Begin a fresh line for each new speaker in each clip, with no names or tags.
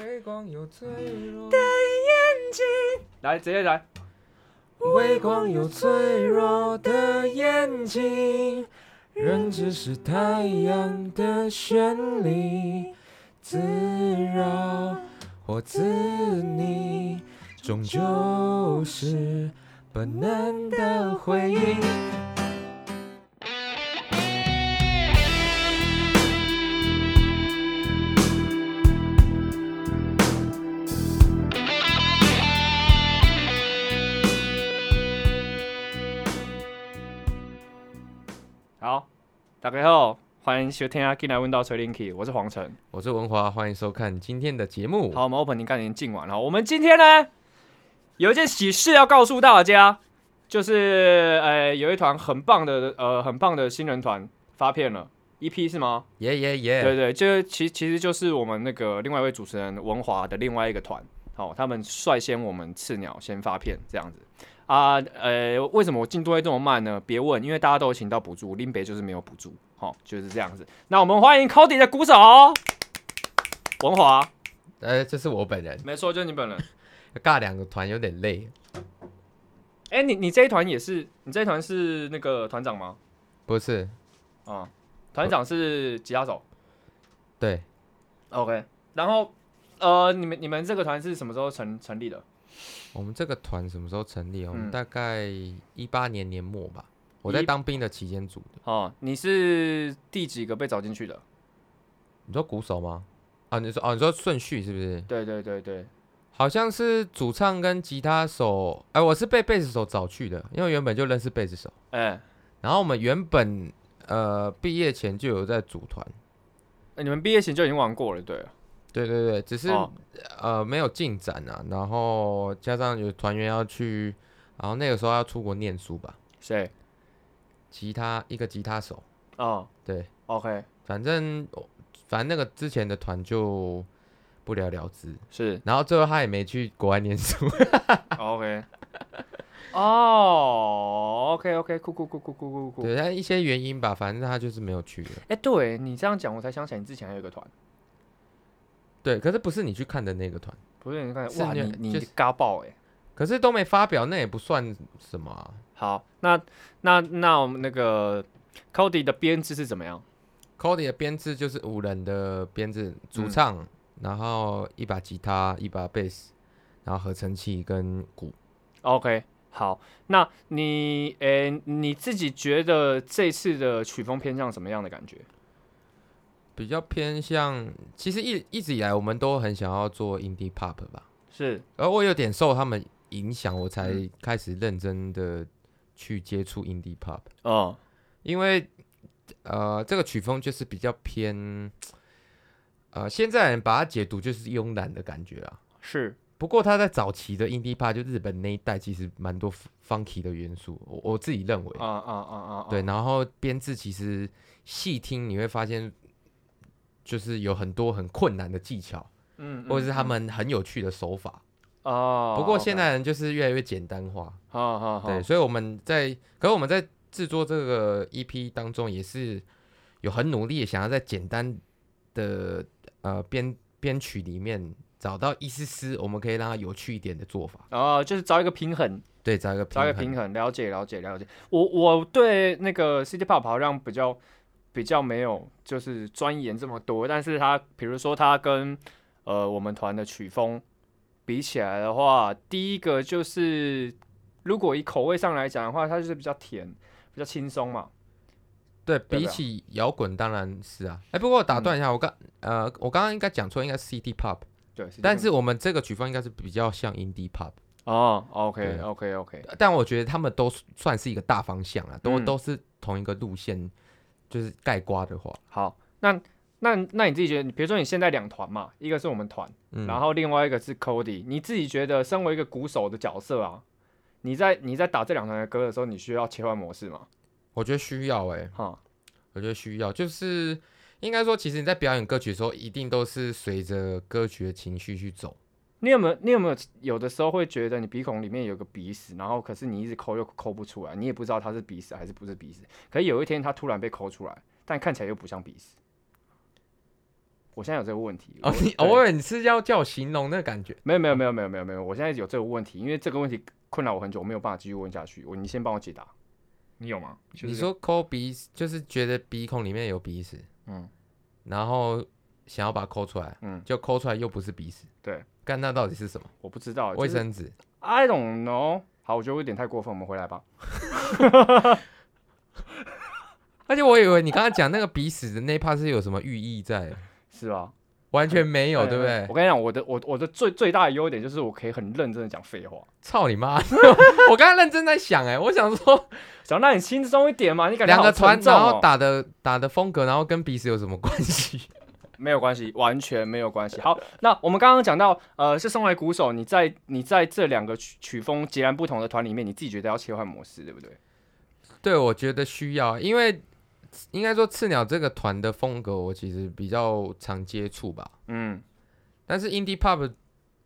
微光有脆弱，
眼睛，来直接来，
微光有脆弱的眼睛，人只是太阳的绚丽，自扰或自溺，终究是本能的回应。
好，大家好，欢迎收听啊，进来问到锤 Linky，我是黄晨。
我是文华，欢迎收看今天的节目。
好，我们 opening 干已经进完了，我们今天呢有一件喜事要告诉大家，就是呃有一团很棒的呃很棒的新人团发片了。一批是吗
耶耶
对
耶！
对，这其其实就是我们那个另外一位主持人文华的另外一个团，好、他们率先我们赤鸟先发片这样子啊，呃，为什么我进度会这么慢呢？别问，因为大家都有请到补助，林北就是没有补助，好、就是这样子。那我们欢迎 Cody 的鼓手文华，
呃，这是我本人，
没错，就是你本人。
尬两个团有点累，
哎、你你这一团也是，你这一团是那个团长吗？
不是？
啊、团长是吉他手。
对，
OK，然后呃，你们你们这个团是什么时候成成立的？
我们这个团什么时候成立？我们
嗯
大概一八年年末吧，我在
一
当兵的期间组的。
哦，你是第几个被找进去的？
你说鼓手
嗯
吗？啊，你说哦，你说顺序是不是？
对对对对，
好像是主唱跟吉他手，哎、我是被贝斯手找去的，因为原本就认识贝斯手。
哎、
然后我们原本呃毕业前就有在组团，
哎你们毕业前就已经玩过了，对了。
对对对，只是、
哦
呃没有进展啊。然后加上有团员要去，然后那个时候要出国念书吧，
谁？
吉他一个吉他手，
哦
对，
，OK，
反正哦反正那个之前的团就不了了之，
是
然后最后他也没去国外念 书，
OK。哦，OK OK，酷酷酷酷酷酷酷。
对，但一些原因吧，反正他就是没有去了。
哎、对你这样讲，我才想起来你之前还有一个团，
对，可是不是你去看的那个团，
不是你看，
是
哇，
你
你你
就是
嘎爆哎、
可是都没发表，那也不算什么啊、
好，那那那我们那个 Cody 的编制是怎么样？
Cody 的编制就是五人的编制，主
嗯
唱，然后一把吉他，一把贝斯，然后合成器跟鼓。
OK，好，那你诶、你自己觉得这次的曲风偏向什么样的感觉？
比较偏向，其实一一直以来我们都很想要做 indie pop 吧，
是
而我有点受他们影响，我才
嗯
开始认真的去接触 indie pop，
哦，
因为呃这个曲风就是比较偏，呃现在人把它解读就是慵懒的感觉啊，
是
不过他在早期的 indie pop 就日本那一代，其实蛮多 funky 的元素，我我自己认为。
啊啊啊啊，
对，，然后编制其实细听你会发现，就是有很多很困难的技巧，
嗯，
或者是他
嗯
们很有趣的手法。
嗯哦，
不过现
OK，
在人就是越来越简单化，
好好好，
对，所以我们在，可是我们在制作这个 EP 当中也是有很努力，想要在简单的呃编编曲里面找到一丝丝我们可以让它有趣一点的做法。
哦，就是找一个平衡，
对，找一个平
找一
衡。
个平衡，了解了解了解。我我对那个 City Pop 好像比较比较没有就是钻研这么多，但是它比如说它跟呃我们团的曲风比起来的话，第一个就是如果以口味上来讲的话，它就是比较甜，比较轻松嘛。
对
对
比
吧
起摇滚，当然是啊。哎、不过我打
嗯
断一下，我刚呃，我刚刚应该讲错，应该是 CD pop，
对，
但是我们这个曲风应该是比较像 indie pop，
哦，OK
对
OK OK，
但我觉得他们都算是一个大方向啊，都、
嗯
都是同一个路线，就是盖瓜的话，
好，那那那你自己觉得，比如说你现在两团嘛，一个是我们团。
嗯，
然后另外一个是 Cody，你自己觉得身为一个鼓手的角色啊，你在你在打这两团的歌的时候，你需要切换模式吗？
我觉得需要哎、
哈，
我觉得需要，就是应该说，其实你在表演歌曲的时候，一定都是随着歌曲的情绪去走。
你有没有你有没有有的时候会觉得你鼻孔里面有个鼻屎，然后可是你一直抠又抠不出来，你也不知道它是鼻屎还是不是鼻屎，可是有一天它突然被抠出来，但看起来又不像鼻屎。我现在有这个问题。
哦
我，
你
对
偶尔你是要叫我形容那个感觉，
没有没有没有没有没有没有，我现在有这个问题，因为这个问题困扰我很久，我没有办法继续问下去。我你先帮我解答，你有吗？就是
你说抠鼻屎，就是觉得鼻孔里面有鼻屎，
嗯
然后想要把它抠出来，
嗯，
就抠出来又不是鼻屎，
对，
干那到底是什么？
我不知道，
卫
就是
生纸？
I don't know。好，我觉得我有点太过分，我们回来吧。
而且我以为你刚刚讲那个鼻屎的那一 part 是有什么寓意在，
是吧？呃
完全没有，对不
我
对？
跟你讲，我的我我的最最大的优点就是我可以很认真的讲废话，
操你妈！ 我刚刚认真在想，哎，我想说
想让你轻松一点嘛。你感觉
两个
好
船
沉，重
然后
哦、
打的打的风格，然后跟鼻屎有什么关系？
没有关系，完全没有关系。好，那我们刚刚讲到，呃，是身为鼓手，你在你在这两个曲曲风截然不同的团里面，你自己觉得要切换模式，对不对？
对，我觉得需要，因为应该说赤鸟这个团的风格，我其实比较常接触吧。
嗯
但是 indie pop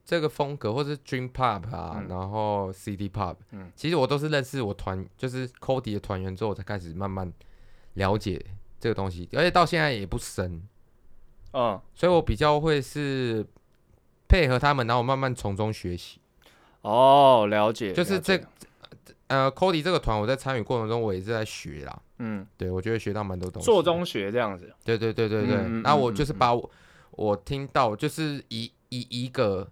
这个风格，或是 dream pop 啊，
嗯
然后 CD pop，
嗯
其实我都是认识我团，就是 Cody 的团员之后，我才开始慢慢了解这个东西，而且到现在也不深，
嗯，
所以我比较会是配合他们，然后我慢慢从中学习。
哦，了解，
就是
了解
这，呃，Cody 这个团，我在参与过程中，我也是在学啦。
嗯，
对，我觉得学到蛮多东西。
做中学这样子，
对对对对对，
嗯嗯
那
嗯
我
嗯
就是
嗯
把我我听到，就是以以一个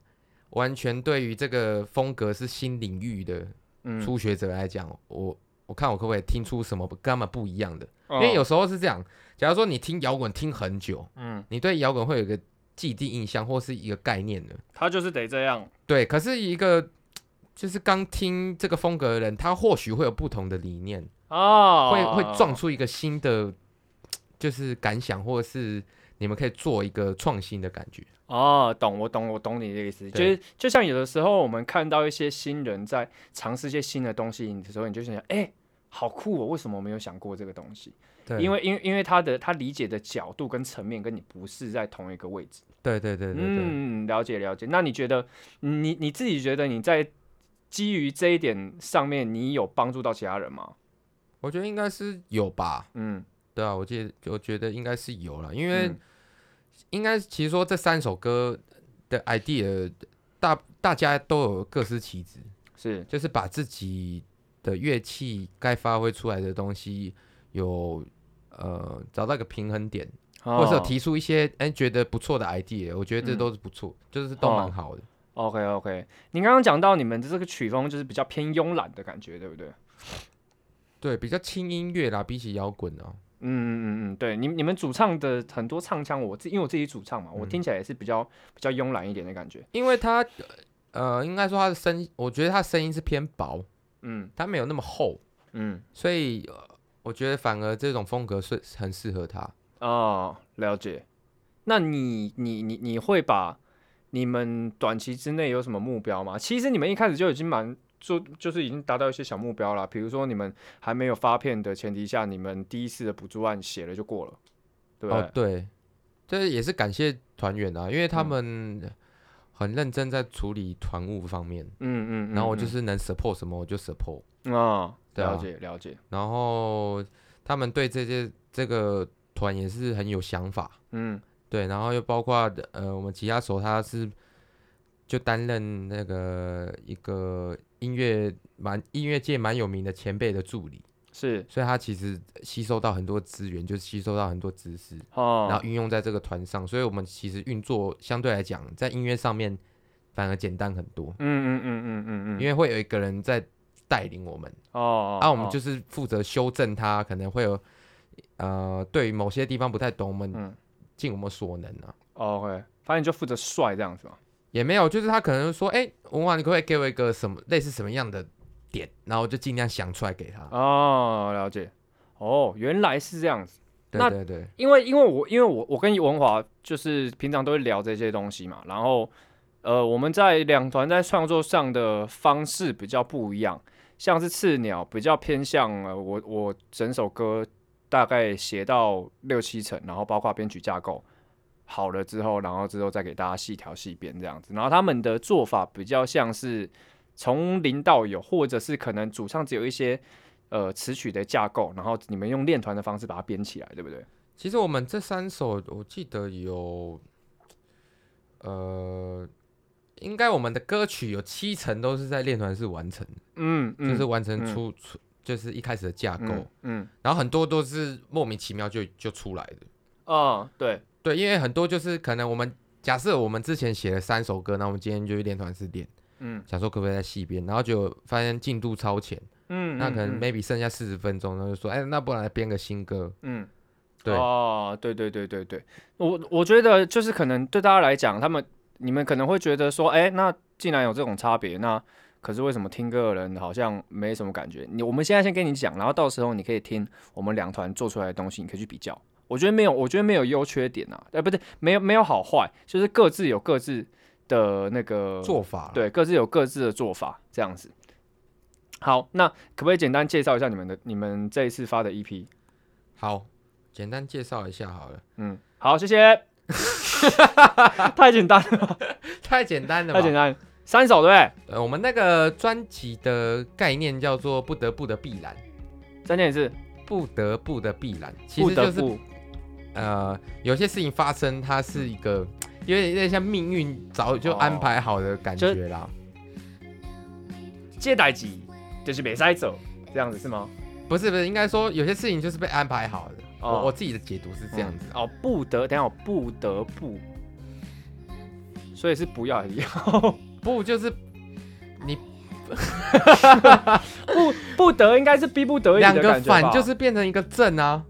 完全对于这个风格是新领域的
嗯，
初学者来讲，我我看我可不可以听出什么跟他们不一样的？
因
因为有时候是这样，假如说你听摇滚听很久，
嗯，
你对摇滚会有一个既定印象或是一个概念的，
他就是得这样，
对。可是一个就是刚听这个风格的人，他或许会有不同的理念。
哦，
会会撞出一个新的，就是感想，或者是你们可以做一个创新的感觉。
哦，懂，我懂，我懂你的意思，就是就像有的时候我们看到一些新人在尝试一些新的东西的时候，你就想，哎、好酷哦，为什么我没有想过这个东西？
对
因
为
为因为因为他的他理解的角度跟层面跟你不是在同一个位置。
对对对对对，
嗯，了解了解。那你觉得你你自己觉得你在基于这一点上面，你有帮助到其他人吗？
我觉得应该是有吧。
嗯，
对啊，我记得我觉得应该是有了，因为
嗯
应该其实说这三首歌的 idea，大大家都有各司其职，
是
就是把自己的乐器该发挥出来的东西有。呃，找到一个平衡点，或是有
哦
提出一些哎、觉得不错的 idea，我觉得这
嗯
都是不错，就是都
哦
蛮好的。
OK OK，你刚刚讲到你们的这个曲风就是比较偏慵懒的感觉，对不对？
对，比较轻音乐啦，比起摇滚啊，
嗯嗯嗯，对，你你们主唱的很多唱腔，我自因为我自己主唱嘛，
嗯
我听起来也是比较比较慵懒一点的感觉。
因为它呃，应该说它的声，我觉得它声音是偏薄，
嗯
它没有那么厚，
嗯，
所以、呃我觉得反而这种风格是很适合它。
哦，了解。那你你你你会把你们短期之内有什么目标吗？其实你们一开始就已经蛮就就是已经达到一些小目标啦，比如说你们还没有发片的前提下，你们第一次的补助案写了就过了，对不对？嗯
哦，对，这也是感谢团员啊，因为他们很认真在处理团务方面，
嗯嗯嗯。
然后我就
嗯
是能 support 什么我就 support，
啊，
对啊
了解了解，
然后他们对这些这个团也是很有想法，
嗯，
对，然后又包括呃，我们吉他手他是就担任那个一个音乐蛮音乐界蛮有名的前辈的助理，
是
所以他其实吸收到很多资源，就是吸收到很多知识，然
哦
后，运用在这个团上，所以我们其实运作相对来讲在音乐上面反而简单很多，
嗯嗯嗯嗯嗯嗯，
因为会有一个人在带领我们，啊
哦哦，
那、我们
哦
就是负责修正他可能会有呃对于某些地方不太懂，我们
嗯
尽我们所能啊。
哦 OK，反正你就负责帅这样子嘛。
也没有，就是他可能说，哎、文华，你可不可以给我一个什么类似什么样的点？然后我就尽量想出来给他。
哦，了解。哦，原来是这样子。那
对对对，
因为因为我因为我我跟文华就是平常都会聊这些东西嘛，然后呃我们在两团在创作上的方式比较不一样，像是赤鸟比较偏向呃我我整首歌大概写到六七成，然后包括编曲架构好了之后，然后之后再给大家细调细编这样子，然后他们的做法比较像是从零到有，或者是可能主唱只有一些。呃，词曲的架构，然后你们用练团的方式把它编起来，对不对？
其实我们这三首，我记得有，呃，应该我们的歌曲有七成都是在练团室完成的，
嗯嗯，
就是完成
嗯
出出、就是一开始的架构，
嗯嗯
然后很多都是莫名其妙就就出来的。
哦，对，
对，因为很多就是可能我们假设我们之前写了三首歌，那我们今天就去练团室练，
嗯
想说可不可以再细编，然后就发现进度超前，
嗯，
那可能
嗯
maybe 剩下四十分钟，然后就说，哎，那不然来编个新歌。
嗯，
对
哦，对对对对对，我我觉得就是可能对大家来讲，他们你们可能会觉得说，哎，那既然有这种差别，那可是为什么听歌的人好像没什么感觉？你我们现在先跟你讲，然后到时候你可以听我们两团做出来的东西，你可以去比较。我觉得没有，我觉得没有优缺点啊，呃，不对，没有没有好坏，就是各自有各自的那个
做法啦，
呃对，各自有各自的做法，这样子。好，那可不可以简单介绍一下你们的你们这一次发的 E EP？
好，简单介绍一下好了，
嗯，好，谢谢。 太简单了，
太简单了吧？
太简单了，三首对不对？
呃，我们那个专辑的概念叫做“不得不的必然”，
再念一次，
不得不的必然，其
不
实就
得
是
不，
呃，有些事情发生，它是一个有点有点像命运早就
哦
安排好的感
就
觉啦。
借代机就是没塞走，这样子是吗？
不是不是，应该说有些事情就是被安排好的。
哦
我我自己的解读是这样子。啊
嗯哦，不得，等一下我不得不，所以是不要还是要？
不就是你
不不得应该是逼不得已
两
的
个
感觉吧
反就是变成一个正啊？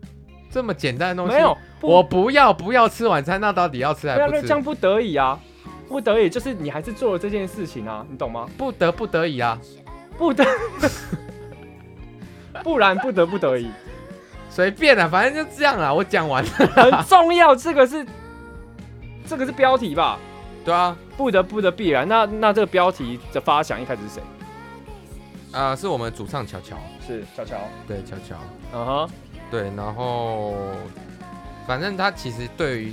这么简单的东西
没有，不
我不要不要吃晚餐，那到底要吃
哎不
还
要
不
啊这样
吃？
不得已啊，不得已就是你还是做了这件事情啊，你懂吗？
不得不得已啊，
不得， 不然不得不得已，
随便啦、反正就这样啦。我讲完了，
很重要，这个是这个是标题吧？
对啊，
不得不的必然。那那这个标题的发想一开始是谁？
啊，是我们主唱乔乔，
是小乔。
对乔乔，
嗯哼，
对，然后反正他其实对于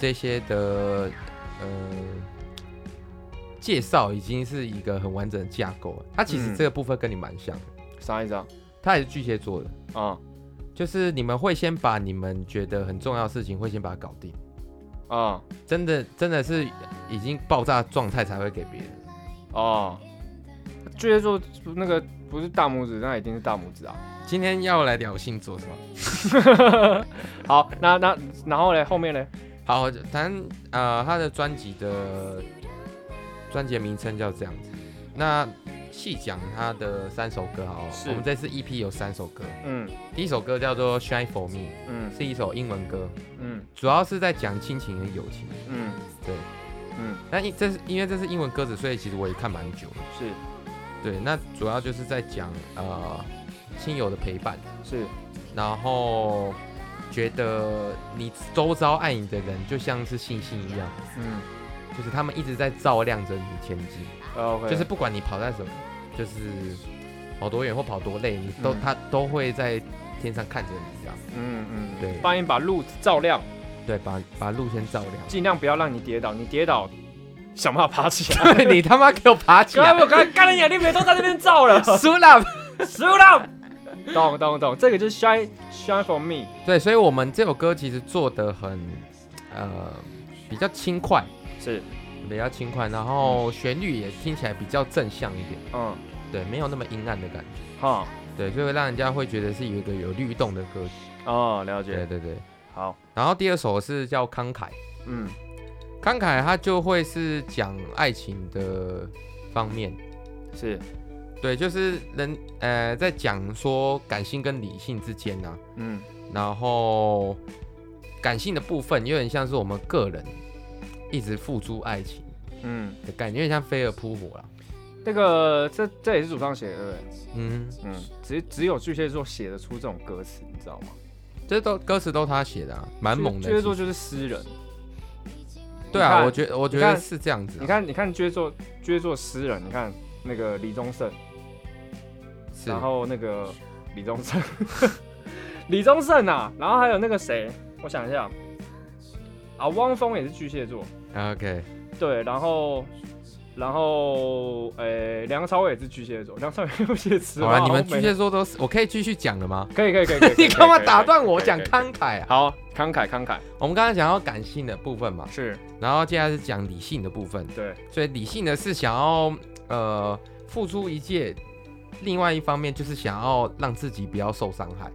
这些的呃介绍已经是一个很完整的架构了。他其实
嗯
这个部分跟你蛮像的，
啥意思啊？
他也是巨蟹座的，
啊
就是你们会先把你们觉得很重要的事情会先把它搞定，
啊
真的真的是已经爆炸状态才会给别人。
哦！巨蟹座那个不是大拇指，那一定是大拇指啊。
今天要来聊星座是吗？
好，那那然后嘞，后面嘞，
好，咱呃，他的专辑的专辑的名称叫这样子。那细讲他的三首歌好了
是
我们这次 EP 有三首歌，
嗯
第一首歌叫做《Shine for Me》，
嗯
是一首英文歌，
嗯
主要是在讲亲情和友情。
嗯，
对，
嗯，
那因这是因为这是英文歌词，所以其实我也看蛮久的。
是
对，那主要就是在讲呃亲友的陪伴，
是，
然后觉得你周遭爱你的人就像是星星一样。
嗯
就是他们一直在照亮着你前进，
，OK，
就是不管你跑在什么，就是跑多远或跑多累，你都、
嗯
他都会在天上看着你这样，
嗯嗯，
对
帮你把路照亮。
对，把把路先照亮。
尽量不要让你跌倒，你跌倒想办法爬起 来。
你他妈给我爬起
刚才
来
我刚才干你眼睛没都在那边照了，
，Suit up！
输了。 懂懂懂，这个就是 shine shine for me。
对，所以我们这首歌其实做的很呃比较轻快，
是，
比较轻快，然后旋律也听起来比较正向一点，
嗯，
对，没有那么阴暗的感觉，
哈，
对，所以会让人家会觉得是有一个有律动的歌曲。
哦，了
对
解。
对对。
好，
然后第二首是叫《慷慨》。
嗯
慷慨他就会是讲爱情的方面，
是，
对，就是人呃在讲说感性跟理性之间啊，
嗯
然后感性的部分有点像是我们个人一直付诸爱情
嗯，
的感觉，有点像飞蛾扑火啦。
那个这这也是主唱写的，对不对？
嗯，
嗯，只只有巨蟹座写得出这种歌词，你知道吗？
这都歌词都他写的、啊，蛮猛的
巨蟹
其
座
实。啊
就是诗人，
对
你
啊，
看
我觉得我觉
你
得
看
是这样子、啊。
你，看你看巨蟹座巨蟹座诗人，你看那个李宗盛。
是
然后那个李宗盛， 李宗盛啊，然后还有那个谁，我想一下，啊，汪峰也是巨蟹座，
OK，
对，然后然后，诶、梁朝伟也是巨蟹座，梁朝伟又蟹词。啊
好了，啊你们
好像
巨
没
蟹座都是，我可以继续讲了吗？。
可以可以可以可以
你 干嘛
可以
打断我讲？
可以可以可以可
慷
以
慨啊？
好，慷慨慷慨
我们刚刚讲到感性的部分嘛，
是
然后接下来是讲理性的部分。
对，
所以理性的是想要呃付出一切，另外一方面就是想要让自己不要受伤害。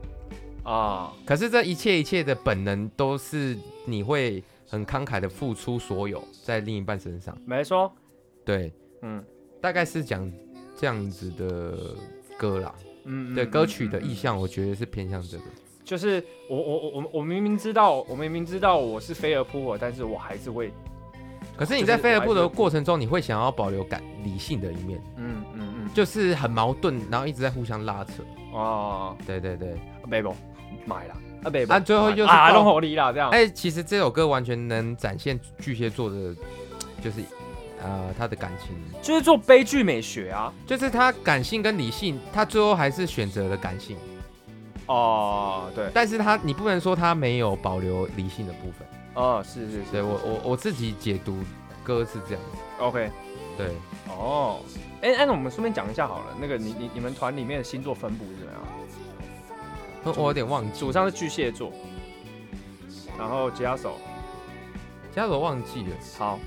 啊，
可是这一切一切的本能都是你会很慷慨的付出所有在另一半身上，
没错，
对，
嗯
大概是讲这样子的歌啦，
嗯，
对
嗯
歌曲的
嗯嗯
意向，我觉得是偏向这个。
就是我我我我我明明知道，我明明知道我是飞蛾扑火，但是我还是会，
可是你
就是
在飞
我
蛾
还
扑
是
的过程中，你会想要保留感理性的一面，
嗯嗯
就是很矛盾，然后一直在互相拉扯。
嗯，哦，
对对对，
贝博买了，啊贝博，
啊，最后就是
啊
到
弄火力啦，这样，
哎、其实这首歌完全能展现巨蟹座的，就是呃他的感情，
就是做悲剧美学啊，
就是他感性跟理性，他最后还是选择了感性，
哦，对，
但是他你不能说他没有保留理性的部分。
哦，是是是
对我我我自己解读歌是这样子，
，OK，
对，
哦，哎，哎，那我们顺便讲一下好了，那个你你你们团里面的星座分布是怎么样？
我我有点忘记，
主唱是巨蟹座，然后吉他手
其他我忘记了，
好，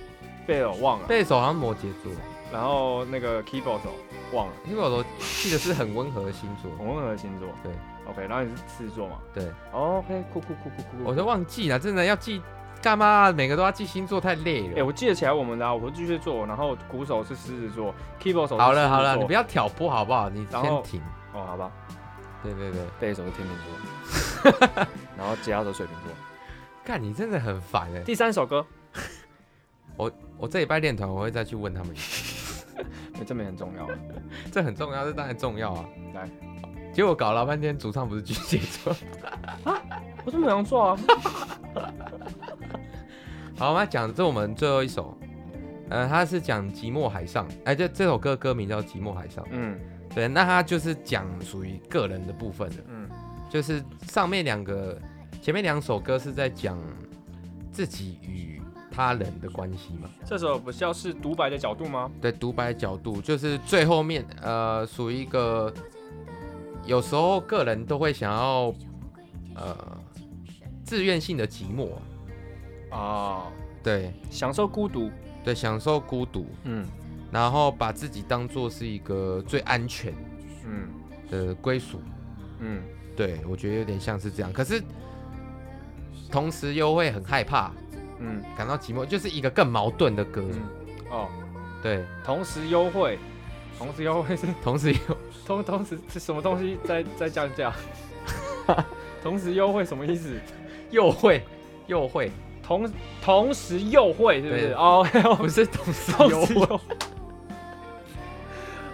贝尔忘了，
贝手好像摩羯座，
然后那个 keyboard 手忘了。
因为我都记得是很温和的星座，
我们和星座，
对
，OK，然后你是狮子座嘛
对，
哦？OK，酷酷酷酷酷酷。
我都忘记了，真的要记干嘛？每个都要记星座太累
哎、
了。
我记得起来我们的、啊，我是巨蟹座，然后鼓手是狮子座，keyboard 手是
好了
狮子
好了，
座
你不要挑拨好不好？你
然
先
后
停，
哦，好吧，
对对对。
贝手是天秤座， 然后吉他手水瓶座。
看你真的很烦哎、
第三首歌，
我这礼拜练团，我会再去问他们一次，
哎这没很重要啊，
这很重要，这当然重要啊。
来，
结果搞了半天，主唱不是巨蟹座。
我是母羊座啊，
好，我们来讲这我们最后一首，呃，它是讲寂寞海上，哎、这这首歌歌名叫《寂寞海上》。
嗯
对，那它就是讲属于个人的部分的，
嗯
就是上面两个，前面两首歌是在讲自己与他人的关系嘛。
这首不像是独白的角度吗？
对，独白角度就是最后面，呃，属于一个，有时候个人都会想要，呃，自愿性的寂寞，
啊，
对
享受孤独，
对，享受孤独，
嗯
然后把自己当做是一个最安全
嗯
的归属，
嗯，
对我觉得有点像是这样，可是同时又会很害怕，
嗯
感到寂寞，就是一个更矛盾的歌，
嗯，哦，
对，
同时优惠，同时优惠是。
同时又
同同时是什么东西 在在降价？同时优惠什么意思？
又会 又会，
同同时优惠是不是？
对
哦，
不是同时又
同时
会，
优惠，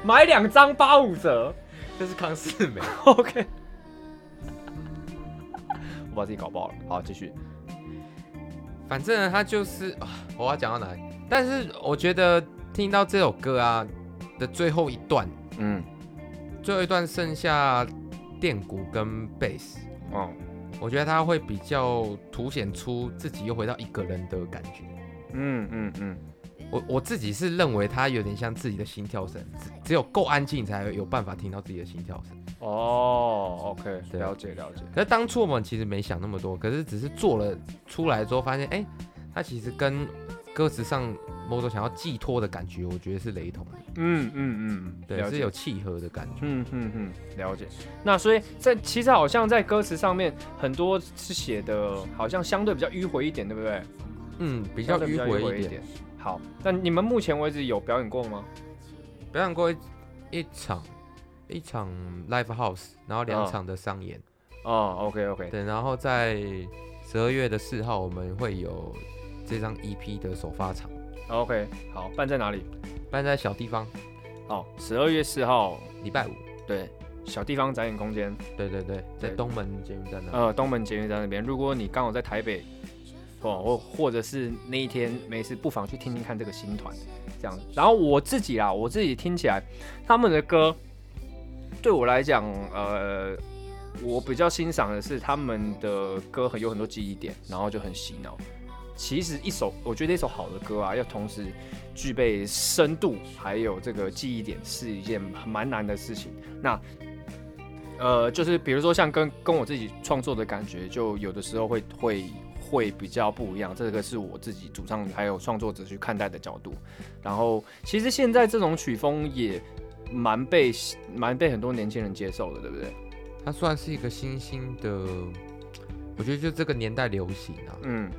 买两张八五折。
这是康世美。
OK，我把自己搞爆了。好，继续。
反正呢他就是，啊我要讲到哪里？但是我觉得听到这首歌啊的最后一段，
嗯，
最后一段剩下电鼓跟贝斯，
哦，
我觉得它会比较凸显出自己又回到一个人的感觉。
嗯嗯嗯，
我我自己是认为它有点像自己的心跳声，只只有够安静才有办法听到自己的心跳声。
哦，OK，
对
了解了解。
可是当初我们其实没想那么多，可是只是做了出来之后，发现哎、它其实跟歌词上某种想要寄托的感觉，我觉得是雷同的。
嗯嗯嗯，
对，
了
是
解。
有契合的感觉。
嗯嗯嗯，了解。那所以在其实好像在歌词上面很多是写的，好像相对比较迂回一点，对不对？
嗯，比
比
较
迂
迂回一
一
点。。
好，那你们目前为止有表演过吗？
表演过一一场一场 live house，然后两
嗯
场的商演。
哦，OK OK，
对，然后在十二月的四号，我们会有这张 EP 的首发场，
OK，好，办在哪里？
办在小地方，
哦，十二月四号，
礼拜五。
对，小地方展演空间，
对对对，在
对
东门捷运站那。
呃，东门捷运站那边。如果你刚好在台北，哦，或或者是那一天没事，不妨去听听看这个新团，这样。然后我自己啊啦，我自己听起来他们的歌，对我来讲，呃，我比较欣赏的是他们的歌很有很多记忆点，然后就很洗脑。其实一首我觉得一首好的歌啊，要同时具备深度还有这个记忆点，是一件蛮难的事情。那呃，就是比如说像跟跟我自己创作的感觉，就有的时候会会会比较不一样。这个是我自己主唱还有创作者去看待的角度。然后其实现在这种曲风也蛮被蛮被很多年轻人接受的，对不对？
它算是一个新兴的，我觉得就这个年代流行啊。
嗯，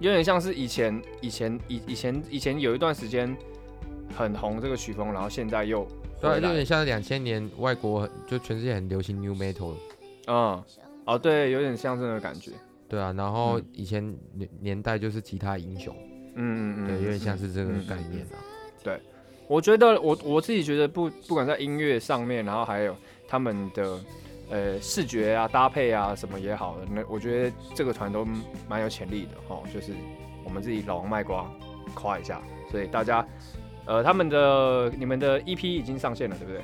有点像是以前以前以以前以前有一段时间很红这个曲风，然后现在又
对啊，
回
就有
来
点像两千年外国很就全世界很流行 new metal，
嗯哦对，有点像这种感觉，
对啊，然后
嗯
以前年年代就是吉他英雄，
嗯嗯嗯，
对，有点像
嗯
是这个
嗯嗯
概念啊。
我觉得我我自己觉得不不管在音乐上面，然后还有他们的呃视觉啊搭配啊什么也好，那我觉得这个团都蛮有潜力的哦。就是我们自己老王卖瓜夸一下，所以大家呃他们的你们的 EP 已经上线了，对不对？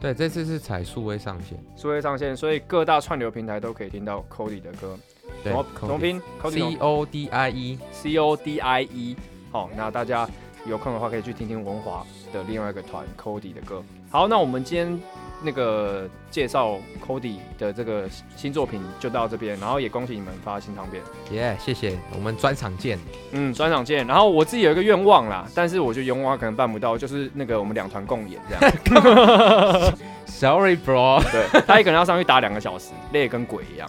对，这次是采数位上线，
数位上线，所以各大串流平台都可以听到 Cody 的歌。
对
怎么怎么拼？Cody 怎么
？C O D I E，
C O D I E。好，
嗯
那大家有空的话可以去听听文华的另外一个团 Cody 的歌。好，那我们今天那个介绍 Cody 的这个新作品就到这边，然后也恭喜你们发新唱片，
耶，谢谢，我们专场见。
嗯，专场见。然后我自己有一个愿望啦，但是我觉得愿望可能办不到，就是那个我们两团共演这 样，
Sorry bro，
对他一个人要上去打两个小时，累得跟鬼一样。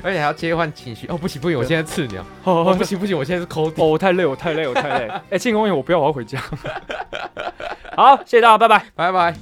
而且还要切换情绪。哦，不行不行，我现在刺鸟。哦，
哦
不行不行，我现在是 Cody。
我太 累，我太累，我太累。哎，庆功宴我不要，我要回家。好，谢谢大家，拜拜。
拜拜。